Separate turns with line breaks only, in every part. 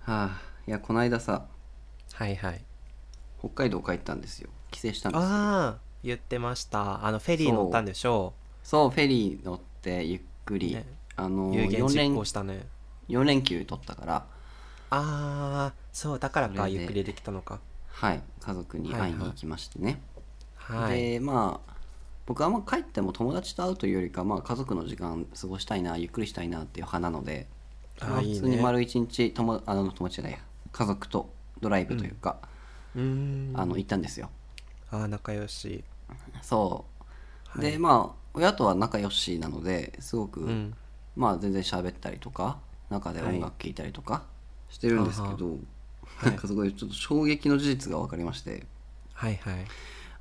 はあいやこの間さ
はいはい
北海道帰ったんですよ帰省したんです
ああ言ってましたあのフェリー乗ったんでしょ
そうフェリー乗ってゆっくり、
ね
あ
う
の
有言
4
実
連
行したね
4連休取ったから
ああそうだから
そ
か
れで
ゆっくりできたのか
はい家族に会いに行きましてね、
はい
でまあ僕はあんま帰っても友達と会うというよりか、まあ、家族の時間過ごしたいなゆっくりしたいなっていう派なので
あー
まあ
いい
普通に
ね
丸一日友あの友達じゃないや家族とドライブというか、
うーん
あの行ったんですよ
あー仲良し
そう、
はい
でまあ親とは仲良しなのですごく、
うん
まあ全然喋ったりとか中で音楽聴いたりとかしてるんですけど、
は
なんかすごいちょっと衝撃の事実が分かりまして
はいはい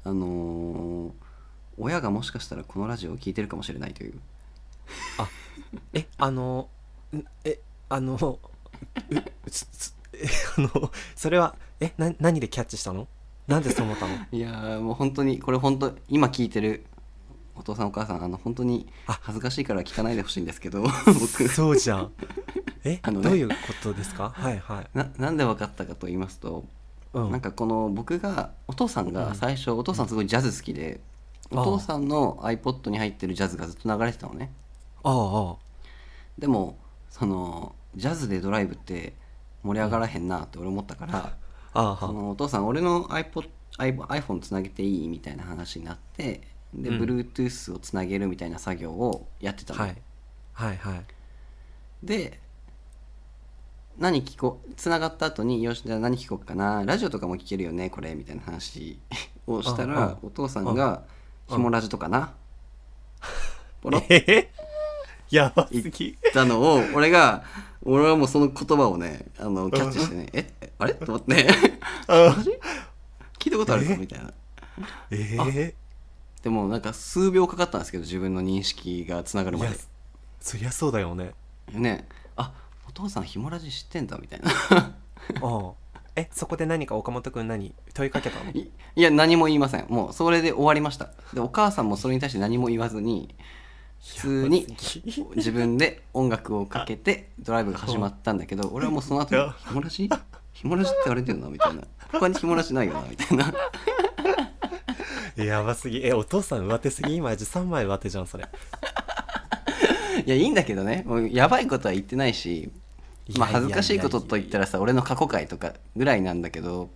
あのー親がもしかしたらこのラジオを聴いてるかもしれないという
えあのんえあのうすすえあのそれはえな何でキャッチしたのなんでそう思ったの
いやーもう本当にこれ本当今聞いてるお父さんお母さんあの本当に
あ
恥ずかしいから聞かないでほしいんです けど僕
そうじゃんえ、
あのね
どういうことですかはいはい
ななんで分かったかと言いますと
うん
なんかこの僕がお父さんが最初、お父さんすごいジャズ好きで、
うん
お父さんの iPod に入ってるジャズがずっと流れてたのね
ああああ
でもそのジャズでドライブって盛り上がらへんなって俺思ったから、
あ
そ
あ
のお父さん俺の iPod iPhone iPhone つなげていいみたいな話になってで、
うん
Bluetooth をつなげるみたいな作業をやってたの、
はいはいはい
で何聞こうつながった後によしじゃあ何聞こうかなラジオとかも聞けるよねこれみたいな話をした
ああ
らお父さんが「
あ
ひもラジとか な」ポロッ
えー やば
言
す
っ
ぎ
たのを俺が俺はもうその言葉をねあのキャッチしてね「ええあれ?」と思って
あ
聞いたことあるぞ
え
みたいな
えー
でもなんか数秒かかったんですけど自分の認識がつながる
い
ま
や
で
そりゃそうだよね
ねあお父さんひもラジ知ってんだみたいな
ああえそこで何か岡本君何問いかけた の
いいや何も言いませんもうそれで終わりましたでお母さんもそれに対して何も言わずに普通に
やばすぎ
自分で音楽をかけてドライブが始まったんだけど俺はもうその後
いや
に「ひもらしひもらしってあれだよな」みたいな「他にひもらしないよな」みたいな
やばすぎえお父さん上手すぎ今じ3枚上手じゃんそれ
いやいいんだけどねもうやばいことは言ってないしまあ恥ずかしいことと言った
ら
らさ俺の過去回とかぐらいなんだけど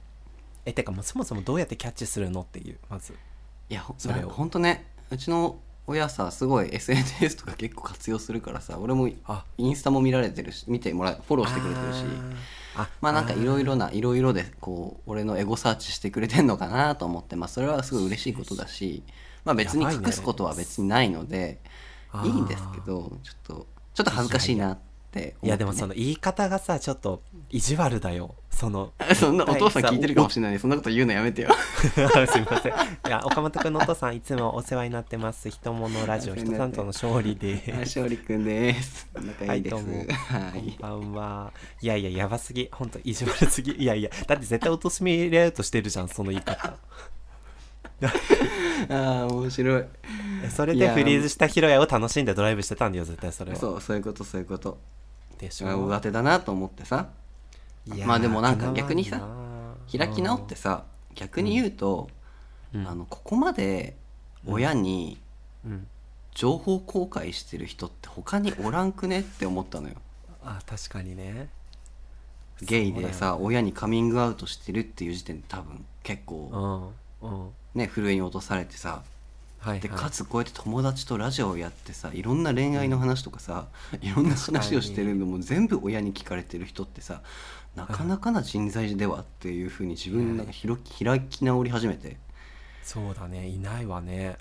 えてかもうそもそもどうやってキャッチするのっていうまず
いやほ
それを
なんかほんとねうちの親さすごい SNS とか結構活用するからさ俺も
あ
インスタも見られてるし見てもらうフォローしてくれてるし
あーあ
まあなんかいろいろないろいろでこう俺のエゴサーチしてくれてんのかなと思ってまあそれはすごい嬉しいことだしまあ別に
やばいね
隠すことは別にないので
あー
いいんですけどちょっとちょっと恥ずかしいなって思って、ね、
いやでもその言い方がさちょっと意地悪だよその
そんなお父さん聞いてるかもしれないねそんなこと言うのやめてよ
すみません。いや、岡本君のお父さん、いつもお世話になってます。人物ラジオ、
お世話
人
になっ
担
て
当の勝 利で。
勝利くんです仲いいです
はいどうも
は
こん
い
ばんは。いやいや、やばすぎ。ほんと、意地悪すぎ。 いやいや、だって絶対落としめられようとしてるじゃん、その言い方。
ああ面白い
えそれ
い
で
や
フリーズしたヒロヤを楽しんでドライブしてたんだよ、絶対それは。
そうそういうことそういうこと
でし
大
ょ。
当てだなと思ってさ
いやー
まあでもなんか逆にさ
叶わんな
開き直って、さ逆に言うと、
うん
あのここまで親に
うん
情報公開してる人って他におらんくねって思ったのよ
あ、確かにね。
ゲイで
そうだ
さ親にカミングアウトしてるっていう時点で多分結構
よ。うん。うん。
ねふるいに落とされてさ
はい、
で
はい。
かつこうやって友達とラジオをやってさいろんな恋愛の話とかさいろんな話をしてるのも全部親に聞かれてる人ってさなかなかな人材ではっていうふうに自分の中で広き開き直り始めて
そうだねいないわね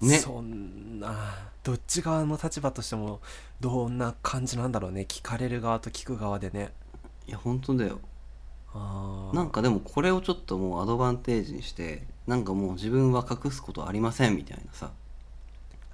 ね
そんなどっち側の立場としてもどんな感じなんだろうね聞かれる側と聞く側でね
いや本当だよ
あー
なんかでもこれをちょっともうアドバンテージにしてなんかもう自分は隠すことありませんみたいなさ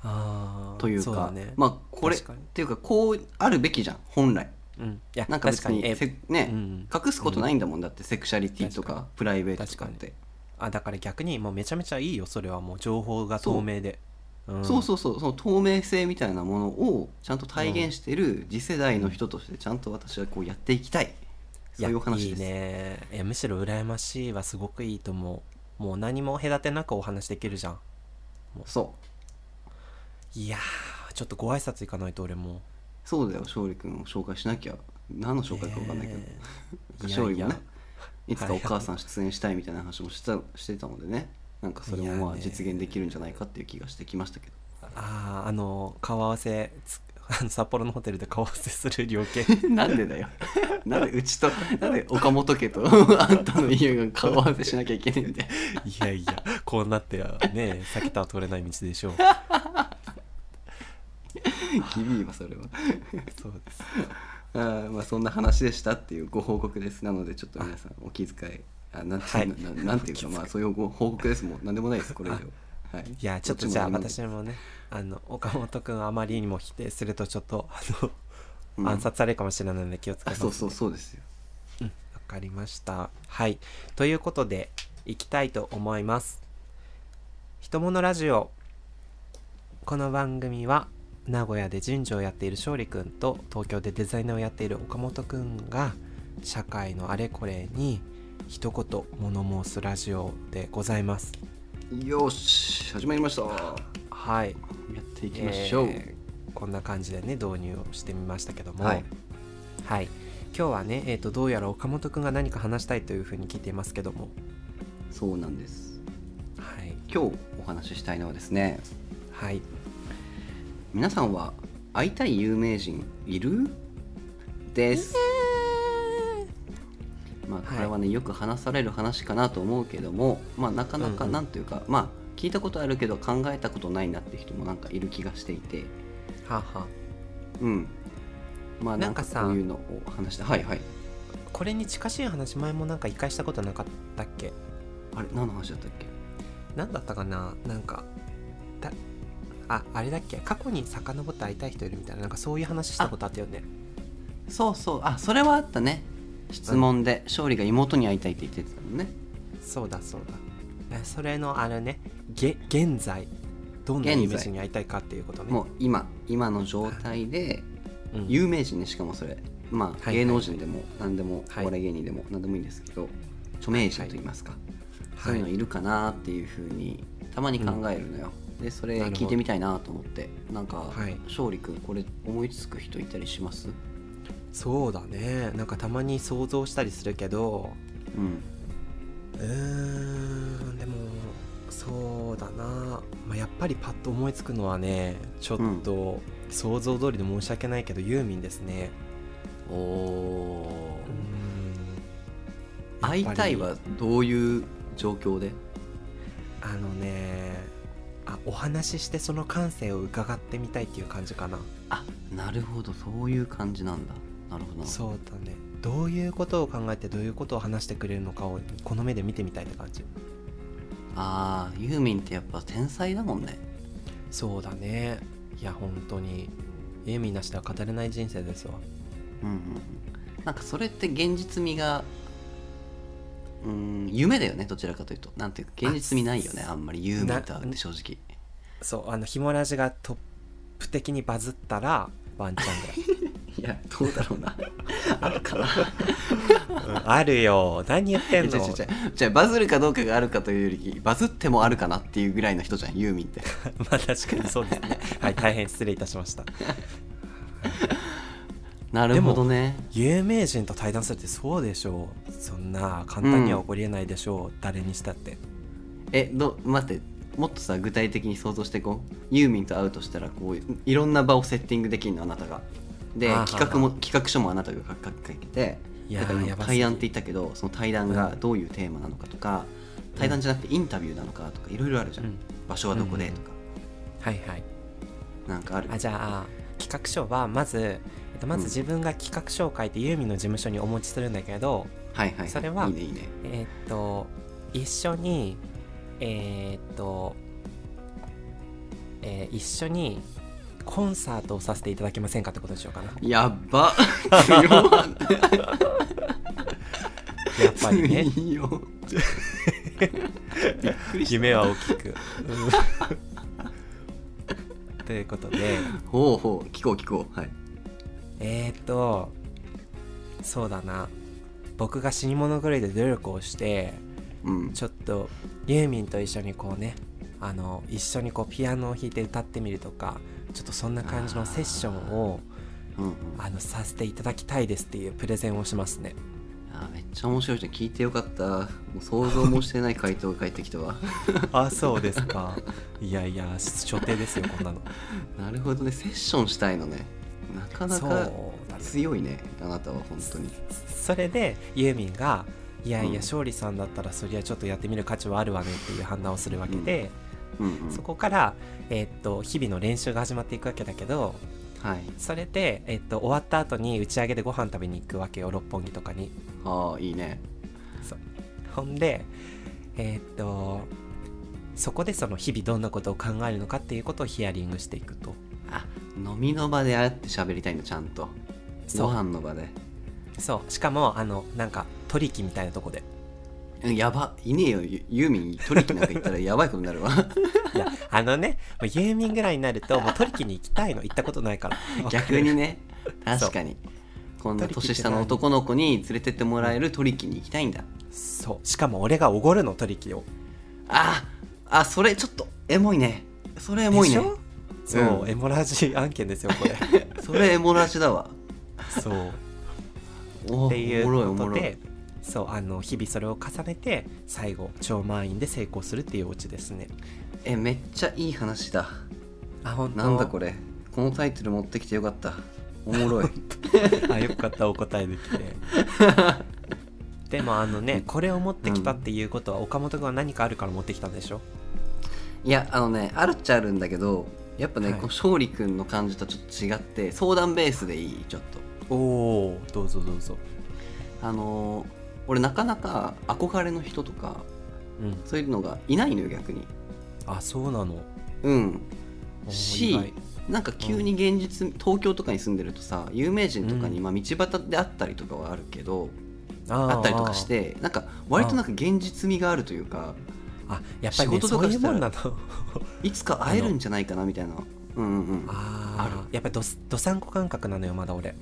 あー
という
そ
か
だね
まあこれっ
確かに
ていうかこうあるべきじゃん本来
うんいや
なんか別に
確か
せ
にえ
ね、
うん
隠すことないんだもんだってセクシャリティとかプライベートとかって
あだから逆にもうめちゃめちゃいいよそれはもう情報が透明でうん
そうそうそうその透明性みたいなものをちゃんと体現してる次世代の人としてちゃんと私はこうやっていきたいそういうお話です
いやいいねいやむしろ羨ましいはすごくいいと思うもう何も隔てなくお話できるじゃん
そう
いやーちょっとご挨拶行かないと俺も
そうだよ勝利君を紹介しなきゃ何の紹介か分かんないけど、
ねえ
勝利も
いや
ね
い
いつかお母さん出演したいみたいな話もしてたしてたのでねなんかそれもまあ
いやね
実現できるんじゃないかっていう気がしてきま したけど
やあーあの顔合わせつあの札幌のホテルで顔合わせする 量刑
なんでだ よ。なんでうちと、なんで岡本家とあんたの家が顔合わせしなきゃいけないん で。
いやいやこうなってはね避けたは通れない道でしょう
厳いわ、それは。
そうです
あーまあ、そんな話でしたっていうご報告です。なので、ちょっと皆さんお気遣い、あなんていうの、
はい
ななんていうか、まあ、そういうご報告ですもん。なんでもないです、これ以上。はい、
いやちょっとじゃあ
どち
私
も
もねあの岡本君あまりにも否定するとちょっとあ
う
の
ん
暗殺されるかもしれないので気をつ
あ
けます、
そうそうそうですよ。
うんわかりましたはいということで行きたいと思います「ひとものラジオ」この番組は名古屋で人事をやっている勝利くんと東京でデザイナーをやっている岡本くんが社会のあれこれに一言物申すラジオでございます
よし、始まりました。や
はい
っていきましょう。
えーこんな感じでね導入をしてみましたけども
はい
はい今日はね、えー、とどうやら岡本くんが何か話したいというふうに聞いていますけども
そうなんです。
はい
今日お話ししたいのはですね、
はい
皆さんは会いたい有名人いるです、まあ、これはね、よく話される話かなと思うけども、まあ、なかなか
うんうん
なんというか、まあ聞いたことあるけど考えたことないなって人もなんかいる気がしていて
はあは
うんまあ
な
なんん
か
か
さ
こういうのを話してはいはい
あこれに近しい話前もなんか一回したことなかったっけ
あれ何の話だったっけ
何だったかななんかだああれだっけ過去に遡って会いたい人いるみたいななんかそういう話したことあったよね
そうそうあそれはあったね質問で勝利が妹に会いたいって言ってたのね
そうだそうだえそれのあれねげ現在どんな
現在
イメージに会いたいかっていうことね
もう今今の状態で
うん
有名人ねしかもそれまあ
はい
芸能人でも何でも
はい
お笑い芸人でも何でもいいんですけど著名人と言いますかそういうのいるかなっていうふうにたまに考えるのよでそれ
なるほど
聞いてみたいなと思ってなんか
はい
勝利君これ思いつく人いたりします
そうだねなんかたまに想像したりするけど
うん
うーんでもそうだな、まあ、やっぱりパッと思いつくのはねちょっと想像通りで申し訳ないけど、ユーミンですね
お
うーん
会いたい
やっ
はどういう状況で
ぱりあのねあお話ししてその感性を伺ってみたいっていう感じかな
あなるほどそういう感じなんだなるほどな
そうだねどういうことを考えてどういうことを話してくれるのかをこの目で見てみたいって感じ
あーユーミンってやっぱ天才だもんね
そうだねいや本当にユーミンなしでは語れない人生ですわ
うんうんうんなんかそれって現実味がうーん夢だよねどちらかというとなんていうか現実味ないよね
あ
あんまりユーミンと会うって正直
そうあのヒモラジがトップ的にバズったらワンチャン
いやどうだろう なあるかな
ぐらいあるよ何言ってん
じゃ
の
じゃじゃバズるかどうかがあるかというよりバズってもあるかなっていうぐらいの人じゃんユーミンって
まあ確かにそうです ねはい大変失礼いたしました
なるほどね
有名人と対談するってそうでしょうそんな簡単には起こりえないでしょう、誰にしたって
えど待ってもっとさ具体的に想像していこうユーミンと会うとしたらこういろんな場をセッティングできるのあなたがで
あーはー
企画も企画書もあなたが書かけて
いやー
だから
や
今
ばすぎ
対談って言ったけどその対談がどういうテーマなのかとか、対談じゃなくてインタビューなのかとかいろいろあるじゃん、
うん
場所はどこでとか、
はいはい
なんかある
あじゃあ企画書はまず、えっと、まず自分が企画書を書いてユーミンの事務所にお持ちするんだけど、
はいはいい、
それはい
いねいいね
えーっと一緒にえーっと、えー一緒にコンサートをさせていただけませんかってことにしようかな
やっ ば強っ
やっぱり ね
強びっくりした
夢は大きく ということで
ほうほう聞こう聞こうはい
えーっとそうだな僕が死に物狂いで努力をして
うん
ちょっとユーミンと一緒にこうねあの一緒にこうピアノを弾いて歌ってみるとかちょっとそんな感じのセッションを
うんうん
あのさせていただきたいですっていうプレゼンをしますね
あーめっちゃ面白いじゃん聞いてよかったもう想像もしてない回答が返ってきたわ
あそうですかいやいや所定ですよこんなの
なるほどねセッションしたいのねなかな
そう
か
だね
強いねあなたは本当に
それでユーミンが「いやい
うん
や勝利さんだったらそりゃちょっとやってみる価値はあるわね」っていう判断をするわけで、
うんうん
そこから、えーっと日々の練習が始まっていくわけだけど
はい
それで、えーっと終わった後に打ち上げでご飯食べに行くわけよ六本木とかに。
ああいいね
ほんでえーっとそこでその日々どんなことを考えるのかっていうことをヒアリングしていくと。
あ飲みの場で会って喋りたいのちゃんと
そ
ご
う
飯の場で
そうしかもあのなんか取引みたいなとこで
うんやばいねえよユユーミン取引なんか行ったらやばいことになるわ
いやあのねもうユーミンぐらいになる ともう取りに行きたいの行ったことないから
逆に ね
そう
確かにこんな年下の男の子に連れてってもらえる取引に行きたいんだ
そうしかも俺がおごるの取引を
ああそれちょっとエモいねそれエモいね
でしょそう、
うん
エモラジ案件ですよこれ
それエモラジだわ
そう
おー
ってい
おもろいうお
こ
も
と
ろい
でそうあの日々それを重ねて最後超満員で成功するっていうオチですね
えめっちゃいい話だ
あ本当
なんだこ
れ
れこのタイトル持ってきてよかったおも ろい
あよかったお答えで きてでもあのねこれを持ってきたっていうことは岡本君は何かあるから持ってきたんでしょ
いやあのねあるっちゃあるんだけどやっぱね、
はい
こう勝利君の感じとちょっと違って相談ベースでいいちょっと
おおどうぞどうぞ
あのー俺なかなか憧れの人とか
うん
そういうのがいないのよ逆に
あそうなの
うん
おー
し
意外
なんか急に現実、東京とかに住んでるとさ有名人とかに、
うん
まあ、道端であったりとかはあるけど、
あー
あったりとかしてなんか割となんか現実味があるというか
あやっぱり、ね、
仕事とか
そうい
し
う
た
も
ら
んなの
いつか会えるんじゃないかなみたいなうんうんうん
あ
あ
るやっぱりどすどさんこ感覚なのよまだ俺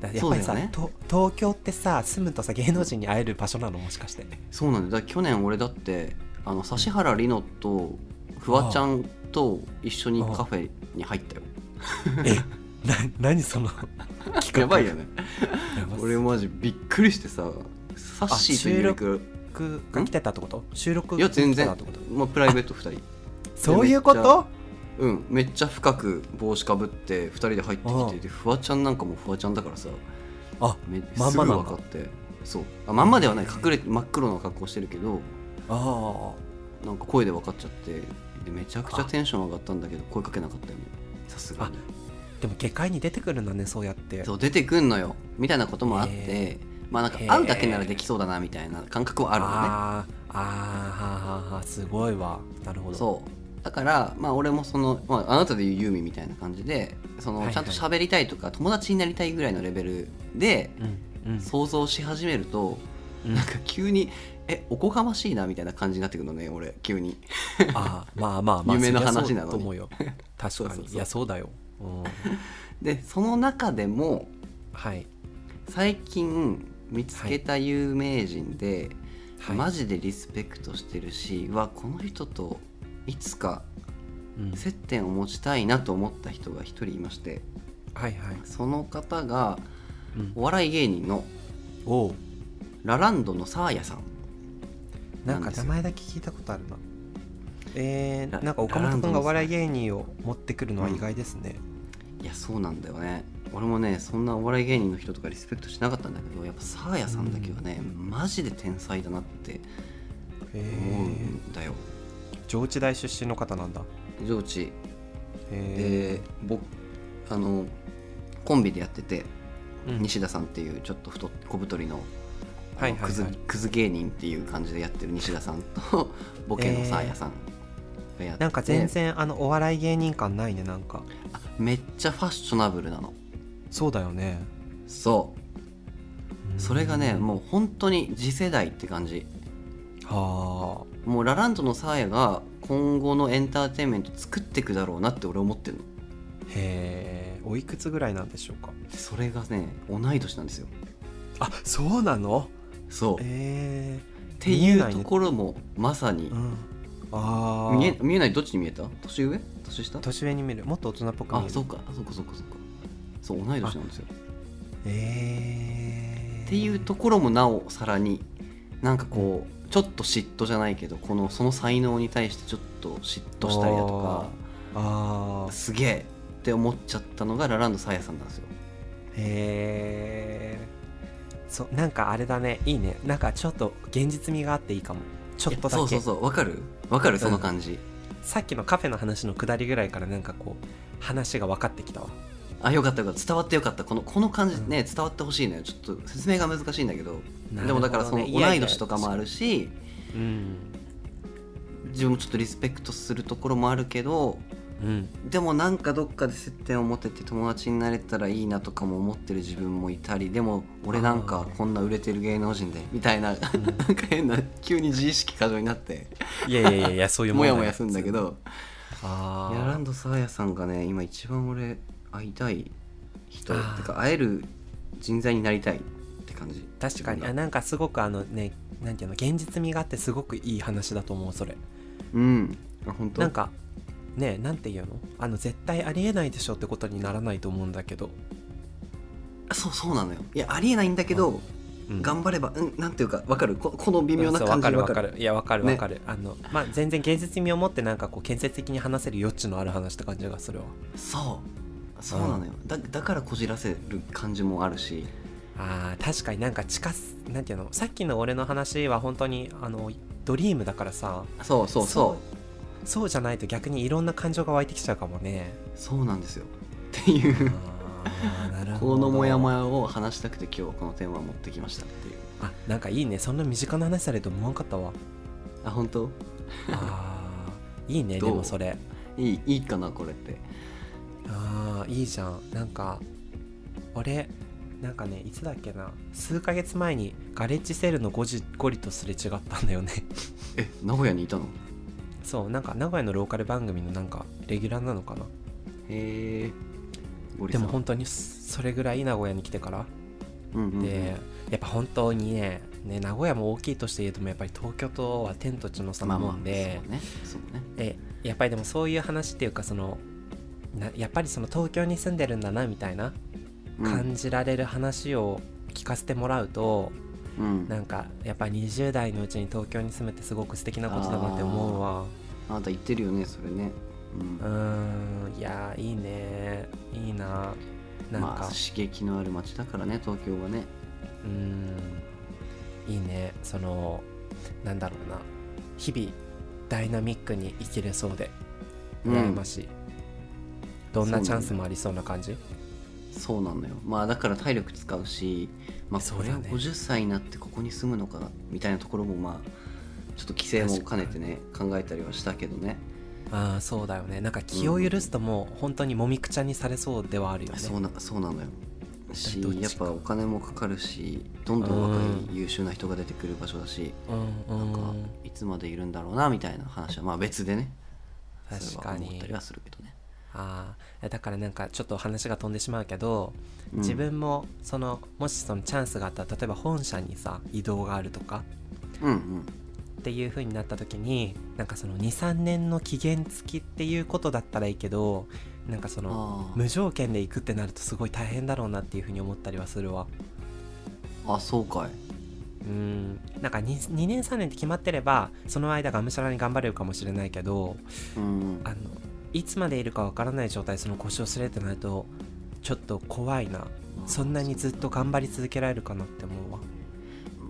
だや
そ
っ
う
ぱ
だよ
りさ、
ね
と東京ってさ住むとさ芸能人に会える場所なのもしかして
そうなんだよだから去年俺だってあの指原莉乃とフワちゃんと一緒にカフェに入ったよ
えな何その企画
やばいよね
やば
俺マジびっくりしてさサッシーというよりく
収録が来てたってこと収録
いや
が来
全
てた
然
ってこと、
まあ、プライベート2人
そういうこと
うんめっちゃ深く帽子かぶって2人で入ってきてでフワちゃんなんかもうフワちゃんだからさ
あ
め
まん
す
ま
ぐ
なん
分
だ
かってそうあまんまではない隠れて真っ黒の格好してるけど
あ
なんか声で分かっちゃってでめちゃくちゃテンション上がったんだけど声かけなかったよねさすがに
ーでも下界に出てくるんだねそうやって
そう出てくんのよみたいなこともあっ
へ
てまあなんか
へー
会うだけならできそうだなみたいな感覚はあるのね
あーあーはーはーはーすごいわなるほど
そうだからまあ俺もその、まあ、あなたで言うユーミンみたいな感じでそ
はいは
の
い
ちゃんと喋りたいとか友達になりたいぐらいのレベルで
うんうん
想像し始めると
うん
なんか急にえおこがましいなみたいな感じになってくるのね俺急に
ああまあまあま あ
夢の
そりゃそう
話なのに
と 思うよ確
そう
か
そう
に
そう
いやそうだよ、うん、
でその中でも
はい、
最近見つけた有名人で、
はい、
マジでリスペクトしてるしうわこの人といつか
うん
接点を持ちたいなと思った人が一人いまして
はいはい、
その方が
うん、
お笑い芸人の
おう
ラランドのサーヤさん
な
な
ん
ん
か
です
名
よ
前だけ聞いたことあるなえ
ラ
ー、なんか岡
ララ
本
ンド
君
の
がお笑い芸人を持ってくるのは
うん
意外ですね、
いやそうなんだよね俺もねそんなお笑い芸人の人とかリスペクトしなかったんだけどやっぱサーヤさんだけはね、マジで天才だなって
へ
思う
え
んだよ
上智大出身の方なんだ
上智
へ
で僕あのコンビでやってて
え、うん
西田さんっていうちょっと太っ小太りのあの
はいはいはい
クズクズ芸人っていう感じでやってる西田さん とボケのサーヤさんがやってて
なんか全然あのお笑い芸人感ないねなんか
あめっちゃファッショナブルなの
そうだよね
そうそれがね
うん
もう本当に次世代って感じ
は
もうラランドのサーヤが今後のエンターテインメント作っていくだろうなって俺思ってるの
あへえおいくつぐらいなんでしょうか
それがね同い年なんですよ
あそうなの
そう、っ
えー、
ていうところもまさに
見えないね、うん、ああ
見え見えないどっちに見えた年上年下
年上に見えるもっと大人っぽく見え
あ
る
そうかあそうかそうかそうかそう同い年なんですよ
えー、
っていうところもなおさらになんかこうちょっと嫉妬じゃないけどこのその才能に対してちょっと嫉妬したりだとか
ああ
すげえって思っちゃったのがラランドサーヤさんなんですよ
へえそうなんかあれだねいいねなんかちょっと現実味があっていいかもちょっとだけ
そうそうそうわかるわかるその感じ、
さっきのカフェの話のくだりぐらいからなんかこう話が分かってきたわ
あよかったよかった伝わってよかったこのこの感じ
うん
ね、伝わってほしいのよちょっと説明が難しいんだけど
なる
でも
ほどね
だからその
い
同
やいや
い年とかもあるし
うん
自分もちょっとリスペクトするところもあるけど
うん
でもなんかどっかで接点を持てて友達になれたらいいなとかも思ってる自分もいたりでも俺なんかこんな売れてる芸能人でみたいな、なんか変な急に自意識過剰になって
いやいやいやいやそういう
も
んだ
や
よ
もやするんだけど
あ
ヤ
ー
ランドサーヤさんがね今一番俺会いたい人
あー
てか会える人材になりたいって感じ
確かに
自
あ
分が
なんかすごくあのねなんていうの現実味があってすごくいい話だと思うそれ
うんあ本当
なんかねなんていうのあの絶対ありえないでしょってことにならないと思うんだけど、
あそうそうなのよいやありえないんだけど
うん
頑張ればうんなんていうか分かるここの微妙な
そうわ
感じ
かるわ
わ
かるいやわかる
ね
わかる、あのまあ全然現実味を持ってなんかこう建設的に話せる余地のある話って感じがするわ
そうそうなのよ、だだからこじらせる感じもあるし
あー確かになんか近すなんていうのさっきの俺の話は本当にあのドリームだからさ
そうそうそう
そうじゃないと逆にいろんな感情が湧いてきちゃうかもね
うそうなんですよっていう
あーなるほど
このモヤモヤを話したくて今日はこのテーマを持ってきましたっていう
あなんかいいねそんな身近な話されると思わんかったわ
あ本当
あーいいねで
どう
もそれ
いいいいかなこれって
あーいいじゃんなんか俺なんかねいつだっけな数ヶ月前にガレッジセールのゴジゴリとすれ違ったんだよね
え名古屋にいたの
そうなんか名古屋のローカル番組のなんかレギュラーなのかな
へえゴリ
で
さん
も本当にそそれぐらい名古屋に来てから
うんうんうん
でやっぱ本当にねね名古屋も大きいとして言うともやっぱり東京とは天と地の差
ま
な
あまあ
もんで
そうねそうね
でやっぱりでもそういう話っていうかそのなやっぱりその東京に住んでるんだなみたいな
うん
感じられる話を聞かせてもらうと、
うん
なんかやっぱ20代のうちに東京に住むってすごく素敵なことだなって思うわ
あなた言ってるよねそれねうん
うーんいやーいいねいいななんか、
まあ刺激のある街だからね東京はね
うーんいいねそのなんだろうな日々ダイナミックに生きれそうで
うん
羨ましい、どんなチャンスもありそうな感じ
そうなのよまあだから体力使うし、まあ、
そ
こ
うだ
れ
ね
は50歳になってここに住むのかなみたいなところもまあちょっと規制も兼ねてね考えたりはしたけどね
ああそうだよねなんか気を許すともう本当にもみくちゃにされそうではあるよね、
そうなそうなのよし
どっちか
やっぱお金もかかるしどんどん若い優秀な人が出てくる場所だし、
うんうん
なんかいつまでいるんだろうなみたいな話はまあ別でね
確か
それは思
に
ったりはするけどね、
ああだからなんかちょっと話が飛んでしまうけど、
うん
自分もそのもしそのチャンスがあったら例えば本社にさ移動があるとか
うんうん
っていう風になった時になんかその23年の期限付きっていうことだったらいいけどなんかその
あー
無条件で行くってなるとすごい大変だろうなっていう風に思ったりはするわ
あそうかい
うんなんか 2, 2年3年って決まってればその間がむしゃらに頑張れるかもしれないけど
うん
あのいつまでいるかわからない状態その腰をすれってなるとちょっと怖いなそんなにずっと頑張り続けられるかなって思うわ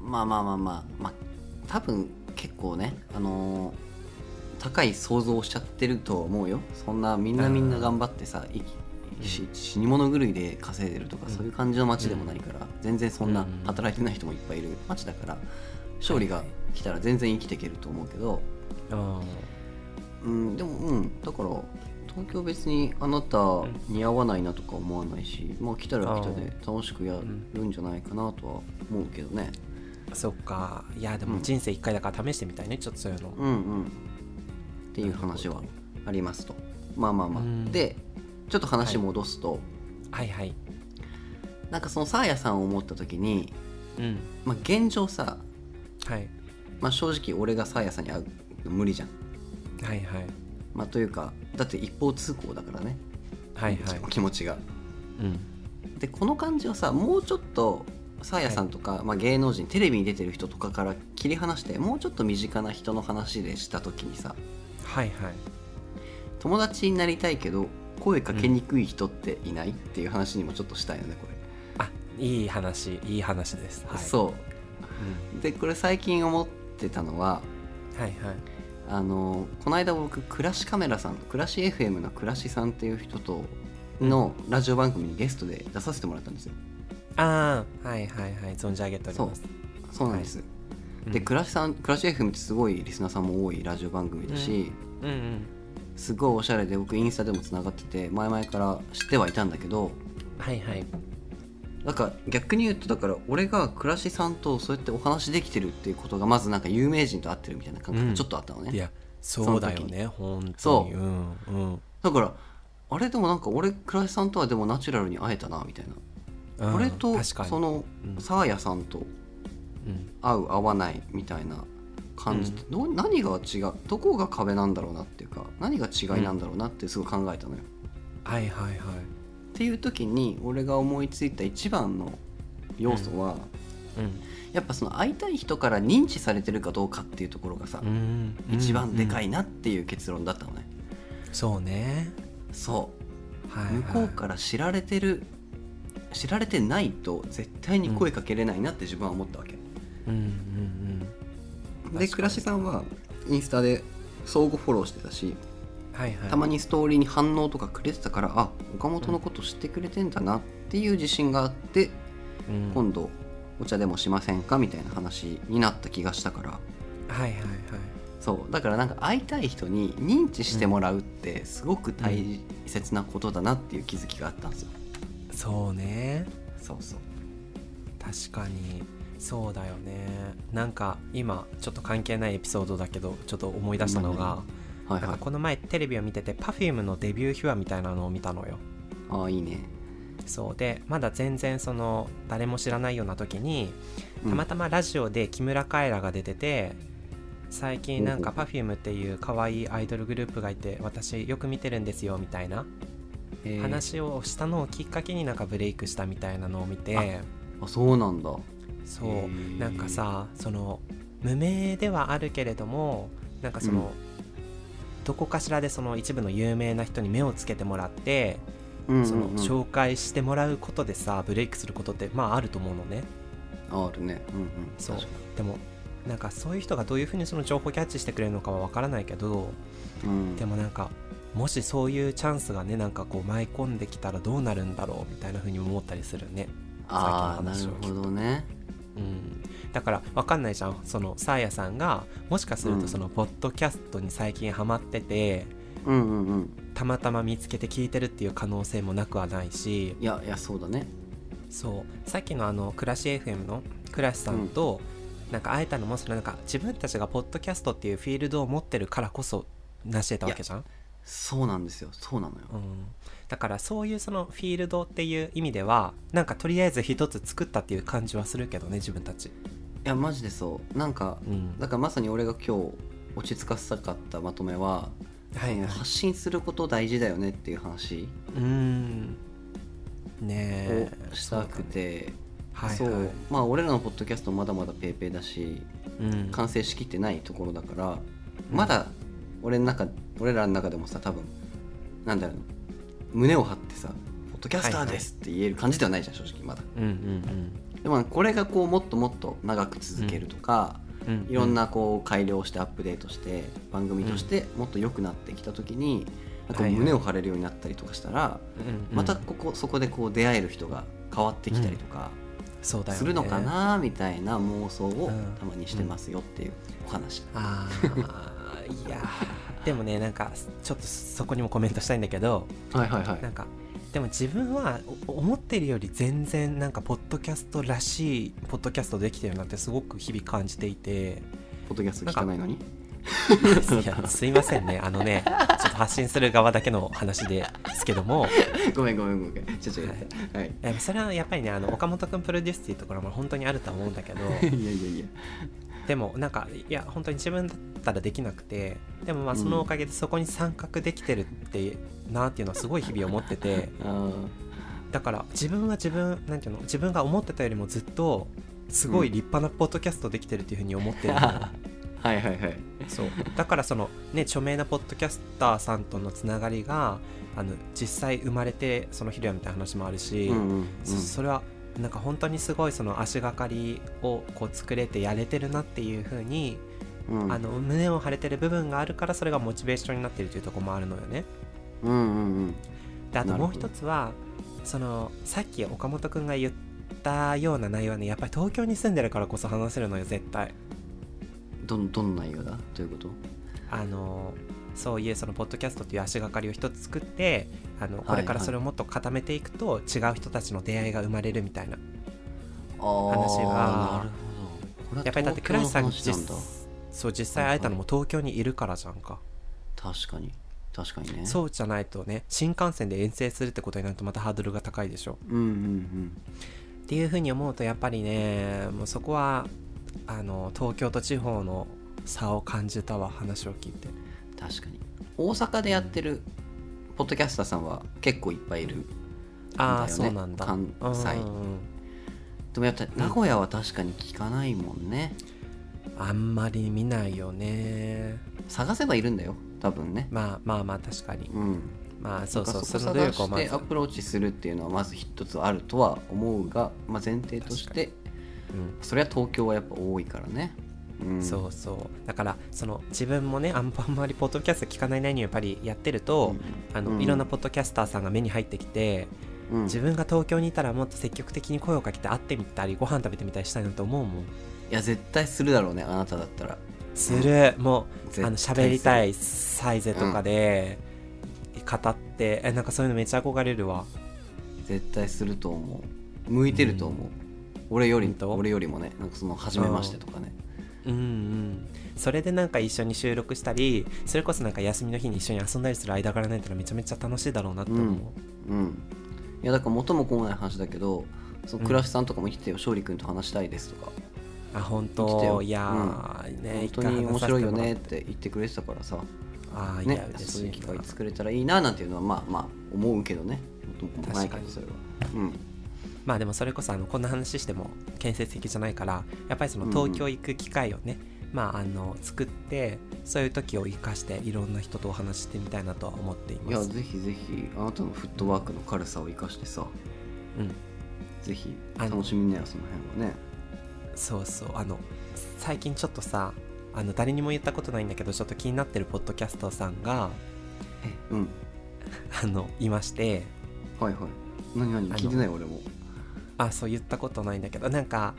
まあまあまあまあまあ多分結構ねあのー高い想像をしちゃってるとは思うよそんなみんなみんな頑張ってさ生きし死に物狂いで稼いでるとか、
うん
そういう感じの街でもないから、全然そん
う
なん働いてない人もいっぱいいる街だから勝利が来たら全然生きていけると思うけど、
うん
うん、でもうんだから東京別にあなた
ん
似合わないなとか思わないし、まあ来たら来たで
あ
楽しくやるんじゃないかなとは思うけどね、
そっかいやでも
うん
人生1回だから試してみたいねちょっとそういうの
うんうんっていう話はありますとまあまあまあ、
うん
でちょっと話戻すと、
はいはい
なんかそのサーヤさんを思った時に
うん
まあ、現状さ、
はい
まあ、正直俺がサーヤさんに会うの無理じゃん、
はいはい
まあ、というかだって一方通行だからね、
はいはい
気持ちが
うん
でこの感じをさもうちょっとサーヤさんとか、まあ、芸能人テレビに出てる人とかから切り離してもうちょっと身近な人の話でした時にさ
はいはい
友達になりたいけど声かけにくい人っていない、っていう話にもちょっとしたいよねこれ、
あいい話いい話ですはい
そううでこれ最近思ってたのは
んはいはい
あのこの間僕クラシカメラさんクラシ FM のクラシさんっていう人とのラジオ番組にゲストで出させてもらったんですよ
ああはいはいはい存じ上げております
そうなんです、
うん
でクラシさんクラシ FM ってすごいリスナーさんも多いラジオ番組だし、
うんうん
すごいおしゃれで僕インスタでもつながってて前々から知ってはいたんだけど
はいはい
なんか逆に言うとだから俺が倉しさんとそうやってお話できてるっていうことがまずなんか有名人と会ってるみたいな感覚
うん
がちょっとあったのね、
いやそうだよね本当に
そう
うんうん
だからあれでもなんか俺倉しさんとはでもナチュラルに会えたなみたいな、
うん
俺と
確かに
その
うん
サーヤさんと
うん
合う合わないみたいな感じってどう、何が違うどこが壁なんだろうなっていうか何が違いなんだろうなってすごい考えたのよ、
はいはいはい
っていう時に俺が思いついた一番の要素は、
うん
やっぱその会いたい人から認知されてるかどうかっていうところがさ、
うん
一番でか
い、
いなっていう結論だったのね、
うんそうね
そ
は
う
い、はい、
向こうから知られてる知られてないと絶対に声かけれないなって自分は思ったわけ、
うんうんうん
で倉
し
しさんはインスタで相互フォローしてたし
はいはい
たまにストーリーに反応とかくれてたからあ岡本のこと知ってくれてんだなっていう自信があって
うん
今度お茶でもしませんかみたいな話になった気がしたから
はいはいはい
そうだからなんか会いたい人に認知してもらうってすごく大切なことだなっていう気づきがあったんですよ、
そうね
そうそう
確かにそうだよねなんか今ちょっと関係ないエピソードだけどちょっと思い出したのが、
はい
な
は
んか
い
この前テレビを見てて Perfume のデビュー秘話みたいなのを見たのよ
ああいいね
そうでまだ全然その誰も知らないような時にたまたまラジオで木村カエラが出てて最近なんか
ほう
Perfume っていう可愛いアイドルグループがいて私よく見てるんですよみたい
う
な
んへー
話をしたのをきっかけになんかブレイクしたみたいなのを見て
あそうなんだ
そ
へ
う
ー
なんかさその無名ではあるけれどもなんかその、どこかしらでその一部の有名な人に目をつけてもらって
うんうん
その
うん
紹介してもらうことでさブレイクすることってまああると思うのね
ああるねうんうん
そう
確か
でもなんかそういう人がどういうふうにその情報をキャッチしてくれるのかは分からないけど
にうん
でもなんかもしそういうチャンスがねなんかこう舞い込んできたらどうなるんだろうみたいなふうに思ったりするね
ああ
さっ
な
き
る
の話を聞くと
ほどね
うんだから分かんないじゃんそのサーヤさんがもしかする
う
と
ん
そのポッドキャストに最近ハマってて、
うんうんうん
たまたま見つけて聞いてるっていう可能性もなくはないし
いやいやそうだね
そうさっきのあの「クラシ FM」のクラシさんと、なんか会えたのもそのなんか自分たちがポッドキャストっていうフィールドを持ってるからこそ成してたわけじゃん、
そうなんですよそうなのよ
うん、だからそういうそのフィールドっていう意味ではなんかとりあえず一つ作ったっていう感じはするけどね自分たち、
いやマジでそうなんか
うん、
だからまさに俺が今日落ち着かせたかったまとめは、
はいはい
発信すること大事だよねっていう話
うんねえ
をしたくて、
そ
そうう,、
だねはいはい
まあ俺らのポッドキャストまだまだペーペーだし
うん
完成しきってないところだから、
うん
まだ俺の中俺らの中でもさ多分なんだろう胸を張ってさ「ポッドキャスターです」って言える感じではないじゃん正直まだ
うんうん
でもこれがこうもっともっと長く続けるとか、
うんうん
いろんなこう改良してアップデートして番組としてもっと良くなってきた時に、なんか
はいはい
胸を張れるようになったりとかしたら、
うんうん
またここそこでこう出会える人が変わってきたりとか
そうだよね
するのかなみたいな妄想を
うん
たまにしてますよっていうお話、
あーいやーでもねなんかちょっとそこにもコメントしたいんだけど
はいはいは
なんかでも自分はお思ってるより全然なんかポッドキャスト らしいポッドキャストできてるなってすごく日々感じていて
ポッドキャスト聞かないのに
いやすいませんねあのねちょっと発信する側だけの話ですけども
ごめんごめんごめんちょっとやったはい、
えそれはやっぱりねあの岡本君プロデュースっていうところも本当にあるとは思うん だけど
い、やいやいや
でもなんかいや本当に自分だったらできなくてでもまあそのおかげでそこに参画できてるってなっていうのはすごい日々思っ てて
あ
だから自分は自分なんていうの自分が思ってたよりもずっとすごい立派なポッドキャストできてるっていうふうに思ってるのよ、
ー はいはいはい
そうだからそのね著名なポッドキャスターさんとのつながりがあの実際生まれてその昼夜みたいな話もあるし、
うんうんうん
そそれはなんか本当にすごいその足がかりをこう作れてやれてるなっていう風に、
うん
あの胸を張れてる部分があるからそれがモチベーションになってるというところもあるのよね。
うんうんうん
であともう
なるほど
一つはそのさっき岡本君が言ったような内容はねやっぱり東京に住んでるからこそ話せるのよ絶対。
どんどんな内容だということ
あのそういうそのポッドキャストという足がかりを一つ作ってあのこれからそれをもっと固めていくと違う人たちの出会いが生まれるみたいな、
あ
話が
ーなるほどこれは
やっぱりだって倉石さんが
東京の話なんだ
そう実際会えたのも東京にいるからじゃんか、
確かに確かにね
そうじゃないとね新幹線で遠征するってことになるとまたハードルが高いでしょ
うんうん
っていうふうに思うとやっぱりねもうそこはあの東京と地方の差を感じたわ話を聞いて
うん確かに大阪でやってるポッドキャスターさんは結構いっぱいいるだよ
ああ、
ね
そうなんだ
関西
うんうんうん
でもやっぱり名古屋は確かに聞かないもんね
あんまり見ないよね
探せばいるんだよ多分ね
まあまあまあ確かに
うん
まあそうそ
だ
う
から
そ
そこ探
の努力を
し
まず
てアプローチするっていうのはまず一つあるとは思うが、まあ、前提として
うん
それは東京はやっぱ多いからね、うん、
そうそうだからその自分もねあんあんまりポッドキャスト聞かないなりにやっぱりやってると、あの
うん
いろんなポッドキャスターさんが目に入ってきて、
うん、うん
自分が東京にいたらもっと積極的に声をかけて会ってみたりご飯食べてみたりしたいなと思うもん
いや絶対するだろうねあなただったら
する、も
絶
うあ
対
の喋りた
い
いサイゼとかで、語ってえなんかそういうのめっちゃ憧れるわ
絶対すると思う向いてると思う、俺より
本当
俺よりもねなんかその初めましてとかね
うんうんそれでなんか一緒に収録したりそれこそなんか休みの日に一緒に遊んだりする間柄ないったらめちゃめちゃ楽しいだろうなって思う、
うんうんいやだから元も子もない話だけどその倉橋さんとかも言ってたよ勝利君と話したいですとか
あ本
来て
当
よ
いやー、ね
本
一
当
回
に面
話させ
白
て
い
も
よ
ら
ね
っ
ってて言ってくれてたからさ
あーいや
ね
嬉
そう
し
いう
い
機
な
会作れたらいいななんていうのはまあまあ思うけどね元も子もないから
確かに
それはうん
まあでもそれこそあのこんな話しても建設的じゃないからやっぱりその東京行く機会をね、まああの作ってそういう時を生かしていろんな人とお話ししてみたいなとは思ってい
い
ま
や
す
ぜひぜひあなたのフットワークの軽さを生かしてさ
うん
ぜひ
あの
楽しみねその辺はね
そうそうあの最近ちょっとさあの誰にも言ったことないんだけどちょっと気になってるポッドキャストさんが
うん
あのいまして
はいはい何何
の
聞いてない俺も
あそう言ったことないんだけどなんか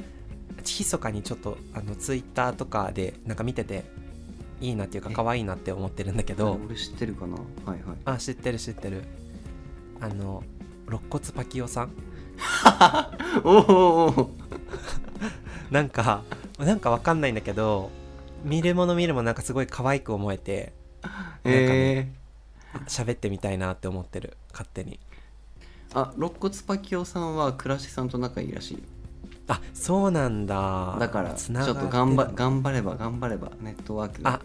密かにちょっとあのツイッターとかでなんか見てていいなっていうか
え
可愛いなって思ってるんだけど
俺知ってるかなはいはい
あ知ってる知ってるあの肋骨パキオさん
おおお
なんかなんかわかんないんだけど見るもの見るもなんかすごい可愛く思えて
え
あ喋ってみたいなって思ってる勝手に
ー、あ肋骨パキオさんは倉敷さんと仲いいらしい
あそうなんだ
だからち
つなが
ょ
て
っと頑張頑張れば頑張ればネットワークが
あ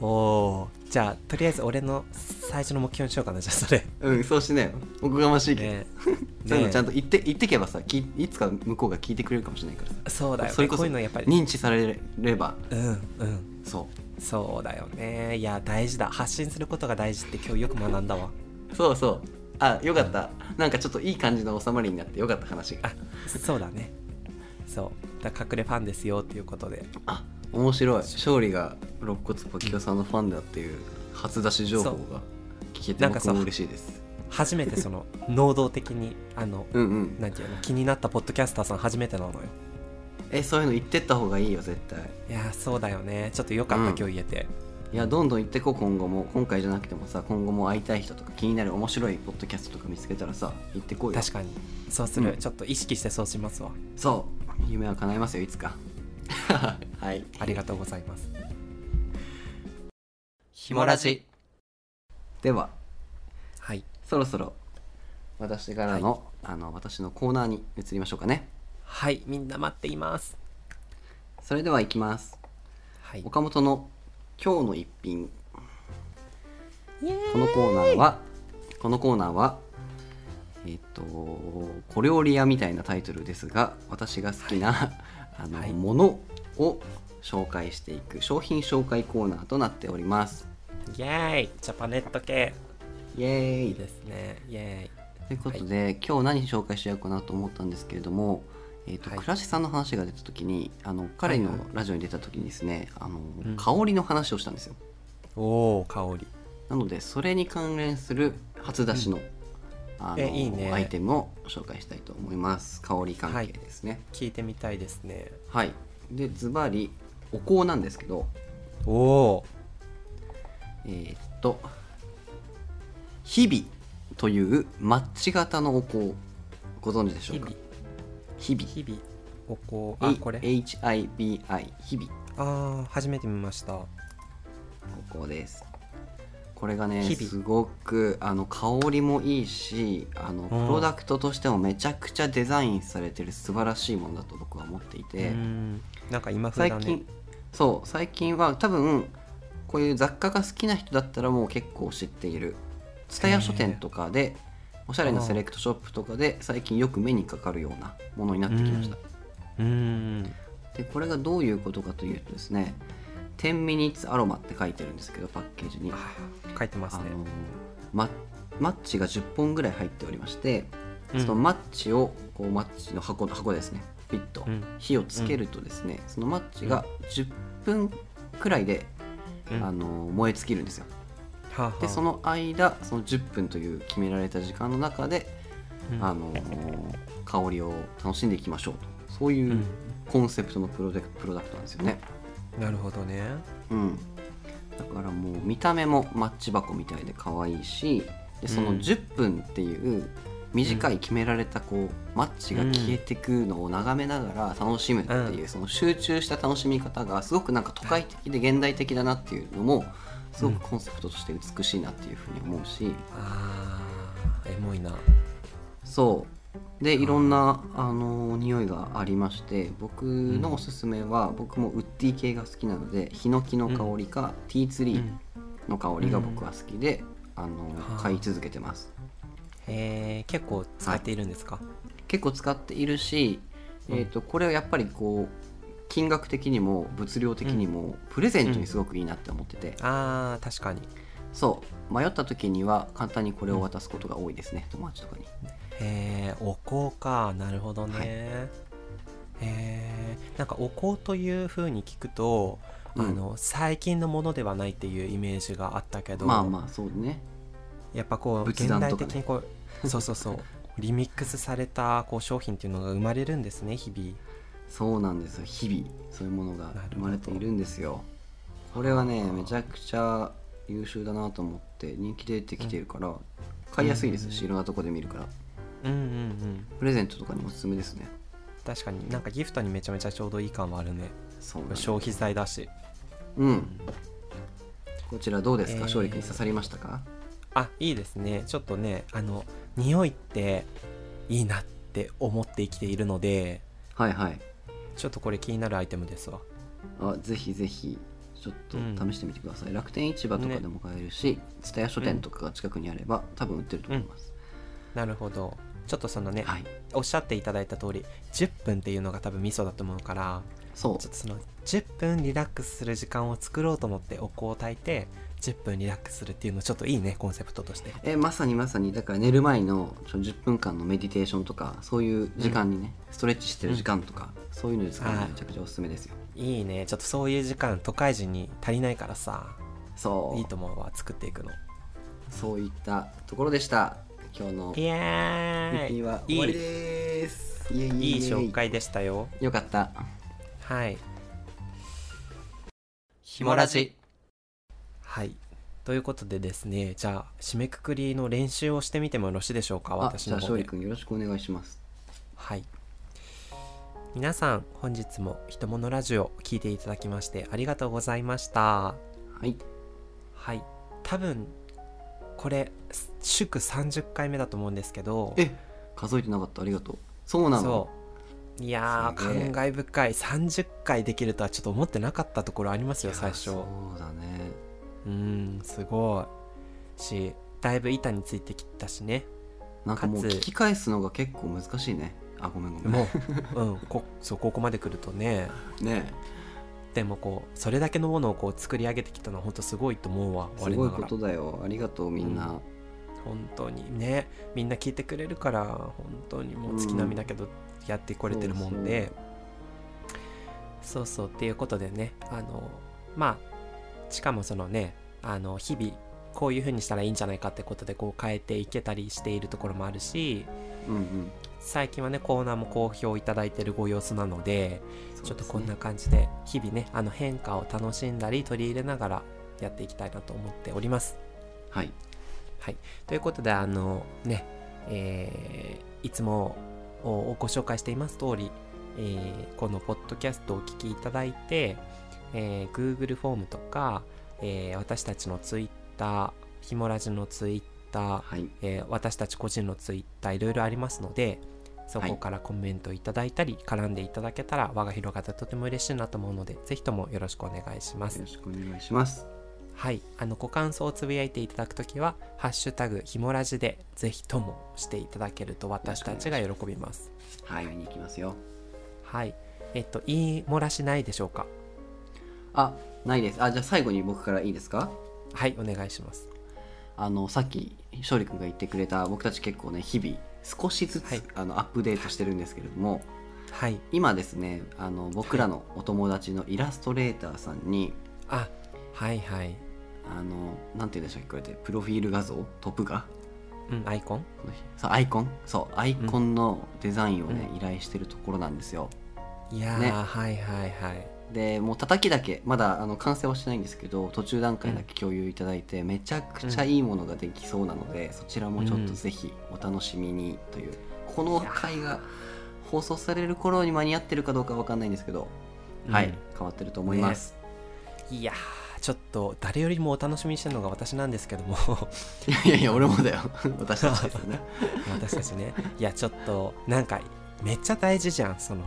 おおーじゃあとりあえず俺の最初の目標にしようかなじゃあそれ
うんそうしなよおこがましいけど、
ね
そういうのちゃん
と
と言って言ってけばさきいつか向こうが聞いてくれるかもしれないからさ
そうだよね
それこそ
こういうのやっぱり
認知されれば
うんうん
そ
そうだよねいや大事だ発信することが大事って今日よく学んだわ
うそうそうあよかったなんかちょっといい感じの収まりになってよかった話が
あそうだねそうだから隠れファンですよっていうことで
あ面白い勝利が肋骨ポキオさんのファンだっていう初出し情報が聞けて
なんか
僕
さ
も嬉しいです
初めてその能動的にあの
うんうん
なんていうの気になったポッドキャスターさん初めてなのよ
えそういうの言ってった方がいいよ絶対
いやそうだよねちょっとよかった、
うん
今日言えて
いやどんどん言ってこ今後も今回じゃなくてもさ今後も会いたい人とか気になる面白いポッドキャストとか見つけたらさ言ってこいよ
確かにそうする、
うん
ちょっと意識してそうしますわ
そう夢は叶えますよいつかはい
ありがとうございますひもラジ
では
はい
そろそろ私からの,、あの私のコーナーに移りましょうかね
はいみんな待っています
それではいきます
はい
岡本の今日の一品このコーナーはこのコーナーはえっと小料理屋みたいなタイトルですが私が好きな、 あの、
はい
ものを紹介していく商品紹介コーナーとなっております
イエーイジャパネット系
イエーイ
いいですねイエ
ということで、今日何紹介しようかなと思ったんですけれども、えーと
はい
倉敷さんの話が出た時にあの彼の
はいは
ラジオに出た時にですね、あの
うん
香りの話をしたんですよ
ーイおお香り
なのでそれに関連する初出しの,、あの
えいいね
アイテムを紹介したいと思います香り関係ですね
聞いてみたいですね
はい、でズバリお香なんですけど
おお
えーっと「日々」というマッチ型のお香ご存知でしょ
日
うか
々
日々
日々お香あこれ
HIBI 日々
あー初めて見ました
ここですこれがね
日々
すごくあの香りもいいしあの
うん
プロダクトとしてもめちゃくちゃデザインされてる素晴らしいものだと僕は思っていう
ー
て、
んなんか今風
最
だね
近そう最近は多分こういう雑貨が好きな人だったらもう結構知っている蔦屋書店とかでおしゃれなセレクトショップとかで最近よく目にかかるようなものになってきました、
うーん
でこれがどういうことかというとですね「10 minutes アロマ」って書いてるんですけどパッケージに
あー書いてます
あ
ね
のママッチが10本ぐらい入っておりまして、
うん
そのマッチをこうマッチの箱箱ですねピッと
うん
火をつけるとですね、そのマッチが10分くらいで、
うん
あの燃え尽きるんですよ
はあはあ
でその間その10分という決められた時間の中で、
うん
あの香りを楽しんでいきましょうとそういううんコンセプトのプロデプロダクトなんですよね、
なるほどね
うん、だからもう見た目もマッチ箱みたいで可愛いしでその
うん
10分っていう短い決められたこうマッチが消えてくのを眺めながら楽しむっていううその集中した楽しみ方がすごくなんか都会的で現代的だなっていうのもすごくコンセプトとして美しいなっていうふうに思うし
あーエモいな
そうでいろんなあの匂いがありまして僕のおすすめは僕もウッディ系が好きなのでヒノキの香りかティーツリーの香りが僕は好きで、あ
は
の
あ
買い続けてます
えー、結構使っているんですか、
結構使っているし、
うん
えー、とこれはやっぱりこう金額的にも物量的にもプレゼントにすごくいいなって思ってて、
ああ確かに
そう迷った時には簡単にこれを渡すことが多いですね、友達とかに
へえお香かなるほどね、
はい
へえなんかお香というふうに聞くと、
うん
あの最近のものではないっていうイメージがあったけど
まあまあそうね
やっぱこう
仏
現
壇
代
とかね
的にこ う、そうそうそうリミックスされたこう商品っていうのが生まれるんですね日々
そうなんですよ日々そういうものが生まれているんですよこれはねめちゃくちゃ優秀だなと思って人気出てきてるから、買いやすいですし、いろんなとこで見るから
うんうんうん
プレゼントとかにおすすめですね
確かになんかギフトにめちゃめちゃちょうどいい感はあるね
そうなんです
消費財だし
うん。こちらどうですか、
えー
勝利君刺さりましたか？
あいいですねちょっとねあの匂いっていいなって思って生きているので
はいはい。
ちょっとこれ気になるアイテムですわ
あぜひぜひちょっと試してみてください。楽天市場とかでも買えるし、蔦屋書店とかが近くにあれば、多分売ってると思います。
なるほどちょっとそのね、
はい。
おっしゃっていただいた通り10分っていうのが多分ミソだと思うから
そ
ちょっとその10分リラックスする時間を作ろうと思ってお香を炊いて10分リラックスするっていうのちょっといいねコンセプトとして
う。えまさにまさにだから寝る前のちょ10分間のメディテーションとかそういう時間にね、ストレッチしてる時間とか、そういうので使うの
は
が
い
めちゃくちゃおすすめですよ。
いいねちょっとそういう時間都会人に足りないからさ
そう
いいと思うわ作っていくの
そういったところでした。今日の
イエ
一品
ー
は終わり
イい
です。いえいえ
いいい
え
紹介でしたよ
よかった。
はい
ひ
もラジはいということでですねじゃあ締めくくりの練習をしてみてもよろしいでしょうか
あ
私
じゃあ
の方
勝利
で
君よろしくお願いします
はい皆さん本日も「ひとものラジオ」聞いていただきましてありがとうございました
はい
はい多分これ祝30回目だと思うんですけど
え数えてなかったありがとうそうなの
そういや
すげえ
ー感慨深い30回できるとはちょっと思ってなかったところありますよ最初
いやそうだね
うんすごいしだいぶ板についてきたしね
なんかもう
かつ
聞き返すのが結構難しいねあごめんごめん
もう、 うん、こそうここまで来るとね
ね
でもこうそれだけのものをこう作り上げてきたのは本当すごいと思うわ
えす
我な
ごい
が
こ
ら
とだよありがとうみんな、
本当にねみんな聞いてくれるから本当にもう月並みだけどやってこれてるもんで、そうそうっていうことでねあのまあしかもそのねあの日々こういう風にしたらいいんじゃないかってことでこう変えていけたりしているところもあるし
うんうん
最近はねコーナーも好評いただいてるご様子なのでちょっとこんな感じで日々ねあの変化を楽しんだり取り入れながらやっていきたいなと思っております。
はい
ということであのね、えーいつもおご紹介しています通り、えーこのポッドキャストをお聞きいただいて、えー Google フォームとか、えー私たちの Twitter ひもラジの Twitter、
はい
えー私たち個人の Twitter いろいろありますのでそこからコメントいただいたり、絡んでいただけたら我が広がってとても嬉しいなと思うのでぜひともよろしくお願いします
よろ。しくお願いします
はい、あのご感想をつぶやいていただくときは「ハッシュタグひもラジ」でぜひともしていただけると私たちが喜びます。
はい見に行きますよ
はい、えっと言い漏らしないでしょうか。
あないですあじゃあ最後に僕からいいですか
はい、お願いします。
あのさっき勝利君が言ってくれた僕たち結構ね日々少しずつ、
はい
あのアップデートしてるんですけれども
はい、
今ですねあの僕らのお友達のイラストレーターさんに
あ、はいはい、
あのなんて言うんでしたっけこれってプロフィール画像トップ画
うん、アイコン、
そうアイコンそうアイコンのデザインをね、依頼してるところなんですよ
いやー、
ね
はいはいはい、
でもう叩きだけまだあの完成はしてないんですけど途中段階だけ共有いただいて、めちゃくちゃいいものができそうなので、そちらもちょっとぜひお楽しみにという、この回が放送される頃に間に合ってるかどうかわかんないんですけど、はい変わってると思います、
うんいやーちょっと誰よりもお楽しみにしてるのが私なんですけども
いやいや俺もだよ 私たちですよね
私たちねいやちょっとなんかめっちゃ大事じゃんその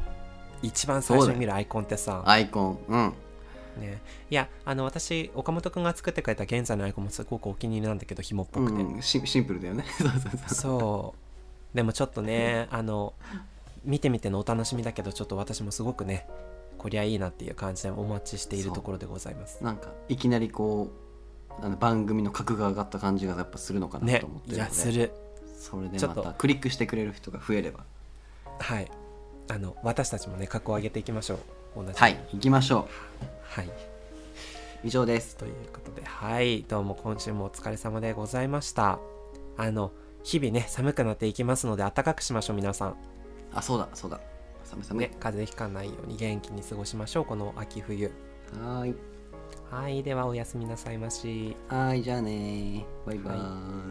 一番最初に見るアイコンってさ
アイコンうん
ね、いやあの私岡本君が作ってくれた現在のアイコンもすごくお気に入りなんだけど紐っぽくて、
うんうん、シシンプルだよ ねそうそうそう
そうでもちょっとねあの見てみてのお楽しみだけどちょっと私もすごくねこりゃいいなっていう感じでお待ちしているところでございます
なんかいきなりこうあの番組の格が上がった感じがやっぱするのかな
ね
と思って
い
るの
や
で、
する
それで
ちょ
ま
っと
たクリックしてくれる人が増えれば
はいあの私たちもね格を上げていきましょう同じ
はい行きましょ
はいう
以上です
ということではいどうも今週もお疲れ様でございましたあの日々ね寒くなっていきますので暖かくしましょう皆さん
あそうだそうだ寒い寒い、
ね、風邪ひかないように元気に過ごしましょうこの秋冬
はーい
はいではおやすみなさいまし
はーいじゃあねーバイバーイ、